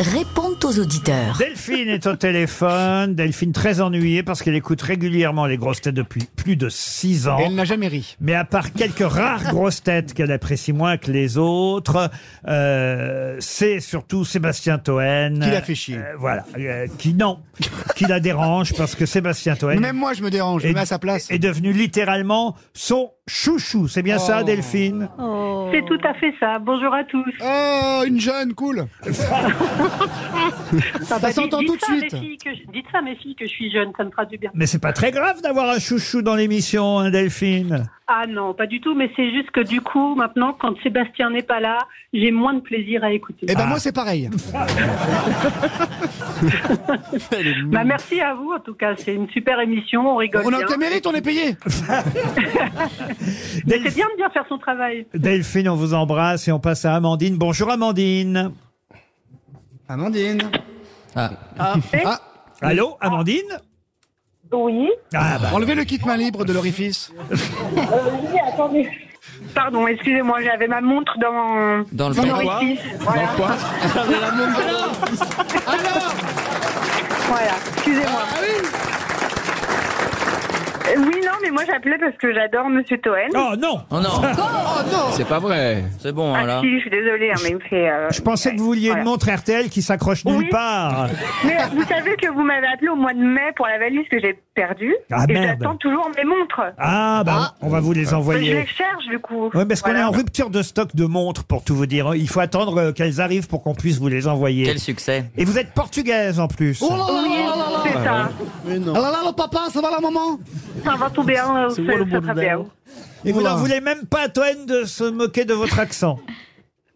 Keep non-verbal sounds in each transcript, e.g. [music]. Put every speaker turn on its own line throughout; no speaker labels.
répondent aux auditeurs.
Delphine est au téléphone. Delphine très ennuyée parce qu'elle écoute régulièrement les grosses têtes depuis plus de six ans.
Elle n'a jamais ri.
Mais à part quelques rares grosses têtes qu'elle apprécie moins que les autres, euh, c'est surtout Sébastien Toen.
Qui l'a fait chier.
Euh, voilà. Euh, qui non. qui la dérange parce que Sébastien Toen
Même moi, je me dérange. Je me mets à sa place.
est devenu littéralement son chouchou. C'est bien ça,
Oh.
Delphine
C'est tout à fait ça. Bonjour à tous.
Oh, une jeune, cool.
Bah,
Ça s'entend
dites-
tout de
dites ça à
suite.
mes filles que je- Dites ça à mes filles que je suis jeune, ça me fera du bien.
Mais c'est pas très grave d'avoir un chouchou dans l'émission, hein, Delphine.
Ah non, pas du tout, mais c'est juste que du coup, maintenant, quand Sébastien n'est pas là, j'ai moins de plaisir à écouter.
Ah.
Eh ben moi, c'est
[laughs]
pareil.
Bah, merci à vous, en tout cas. C'est une super émission, on rigole
On a
bien.
aucun mérite, on est payé.
Mais
Delphi-
c'est bien de bien faire son travail.
Delphine, on vous embrasse et on passe à Amandine. Bonjour Amandine.
Amandine.
Allô, Amandine
Oui.
Ah bah,
Enlevez le kit main libre de l'orifice.
Oui, attendez.
Pardon, excusez-moi, j'avais ma montre dans...
Dans le
mon
bain.
orifice.
[laughs]
Voilà,
Alors,
voilà. excusez-moi.
Euh, Oui, non, mais moi j'appelais parce que j'adore Monsieur Toen.
Oh non
Oh non,
C'est pas vrai.
c'est bon, hein,
Ah,
là.
si, je suis désolée, hein, mais vous fait. euh,
Je pensais que vous vouliez une
Voilà.
montre RTL qui s'accroche
Oui.
nulle part.
Mais vous savez que vous m'avez appelé au mois de mai pour la valise que j'ai perdue.
Ah,
et
merde.
j'attends toujours mes montres.
Ah bah, on va vous les
Je les
envoyer.
cherche du coup.
Oui, parce qu'on est
Voilà.
en rupture de stock de montres, pour tout vous dire. Il faut attendre euh, qu'elles arrivent pour qu'on puisse vous les envoyer.
Quel succès.
Et vous êtes portugaise en plus.
oh là là
Oui,
là là là là.
c'est ça.
Ah là là, le papa, ça va la maman
Ça va tout bien. euh, Ça
quoi le
ça va
bordel
bien.
Et vous
Oula.
n'en voulez même pas, Toen, de se moquer de votre accent.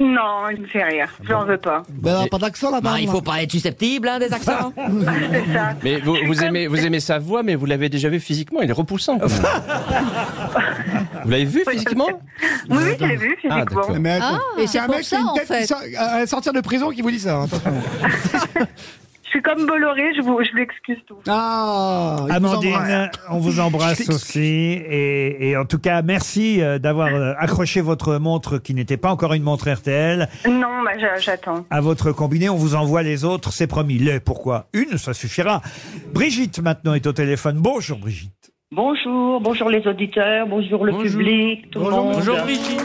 Non, il me fait rire. J'en veux pas.
Ah,
Ben, elle a pas d'accent là-bas.
Bah, il faut pas être susceptible hein, des accents.
C'est ça.
Mais vous, vous aimez, vous aimez sa voix, mais vous l'avez déjà vu physiquement. Il est repoussant. quand
[laughs]
même. vous l'avez vu physiquement
Oui, oui, je l'ai vu
Ah,
physiquement.
d'accord.
Mais attends.
Et
C'est un mec qui a une tête qui sort- à à sortir de prison qui vous dit ça. hein, attention.
je suis comme Bolloré, je vous, je l'excuse tout.
Ah, il vous embrasse.
Amandine, on vous embrasse aussi. Et, et en tout cas, merci euh, d'avoir euh, accroché votre montre qui n'était pas encore une montre RTL
Non, bah, j'a- j'attends.
à votre combiné. On vous envoie les autres, c'est promis. Les pourquoi Une, ça suffira. Brigitte maintenant est au téléphone. Bonjour Brigitte.
Bonjour, bonjour les auditeurs, bonjour le
Bonjour.
public, tout le monde.
Bonjour Brigitte.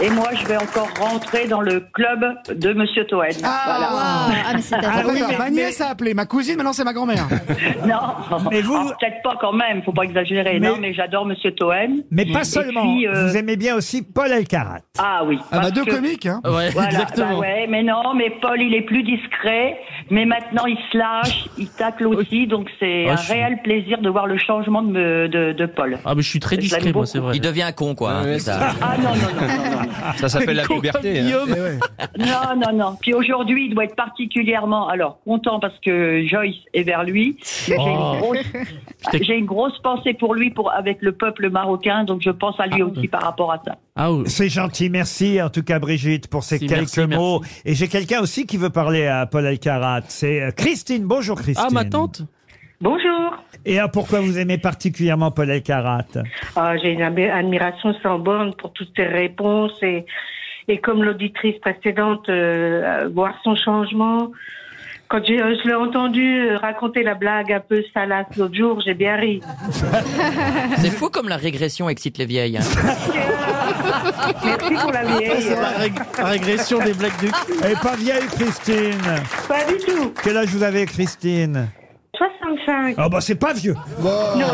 Et moi, je vais encore rentrer dans le club de Monsieur Toen.
Ah,
Ah, mais c'est
Ah oui,
D'accord,
mais-
ma nièce a appelé, ma cousine, maintenant c'est ma [laughs] grand-mère.
Voilà. [laughs] Non,
Mais vous-
Ah, peut-être pas quand même, faut pas exagérer.
Mais-
Non, mais j'adore Monsieur Toen.
Mais pas seulement.
puis, euh,
Vous aimez bien aussi Paul Alcarat.
Ah oui.
Ah bah
parce
deux
que-
comiques, hein.
Ouais,
Voilà, bah
exactement.
ouais, mais non, mais Paul, il est plus discret, mais maintenant il se lâche, il tacle aussi, donc c'est
Ah,
un
je suis-
réel plaisir de voir le changement de, me- de, de Paul.
Ah, mais je suis très
Je l'aime discret, moi, beaucoup. c'est
vrai.
Il devient con, quoi. hein,
Ouais,
plus tard.
Ah non, non, non, non, non.
Ça s'appelle la puberté. hein.
Eh ouais.
Non, non, non. Puis aujourd'hui, il doit être particulièrement, alors, content parce que Joyce est vers lui. Mais J'ai une, grosse- j'ai une grosse pensée pour lui, pour, avec le peuple marocain, donc je pense à lui aussi par rapport à ça.
C'est gentil, merci en tout cas Brigitte pour ces
Si,
quelques
merci, merci.
mots. Et j'ai quelqu'un aussi qui veut parler à Paul Alcarat. C'est euh, Christine. Bonjour Christine.
Ah, ma tante
Bonjour.
Et alors, pourquoi vous aimez particulièrement Paul Alcarat
Ah, j'ai une admi- admiration sans borne pour toutes ces réponses et, et comme l'auditrice précédente, euh, euh, voir son changement. Quand j'ai, euh, je l'ai entendu euh, raconter la blague un peu salace l'autre jour, j'ai bien ri.
C'est fou comme la régression excite les vieilles. hein.
Merci pour la vieille.
régression des blagues de
Elle est pas vieille, Christine.
Pas du tout.
Quel âge vous avez, Christine
65.
Ah bah c'est pas vieux.
Non,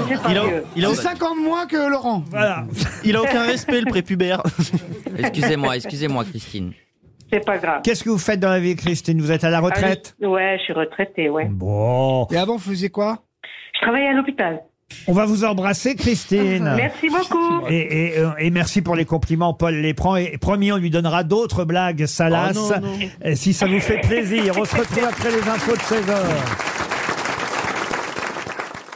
c'est pas mieux.
C'est 5 ans de moins que Laurent.
Voilà.
Il a aucun respect, le prépubère.
Excusez-moi, excusez-moi, Christine.
C'est pas grave.
Qu'est-ce que vous faites dans la vie, Christine Vous êtes à la retraite
Ah, je- Ouais, je suis retraitée, ouais.
Bon.
Et avant, vous faisiez quoi
Je travaille à l'hôpital.
On va vous embrasser, Christine. [laughs]
Merci beaucoup.
Et, et, euh, et merci pour les compliments, Paul les prend. Et promis, on lui donnera Oh d'autres blagues salaces. Et si ça vous fait plaisir, on se retrouve après les infos de 16h.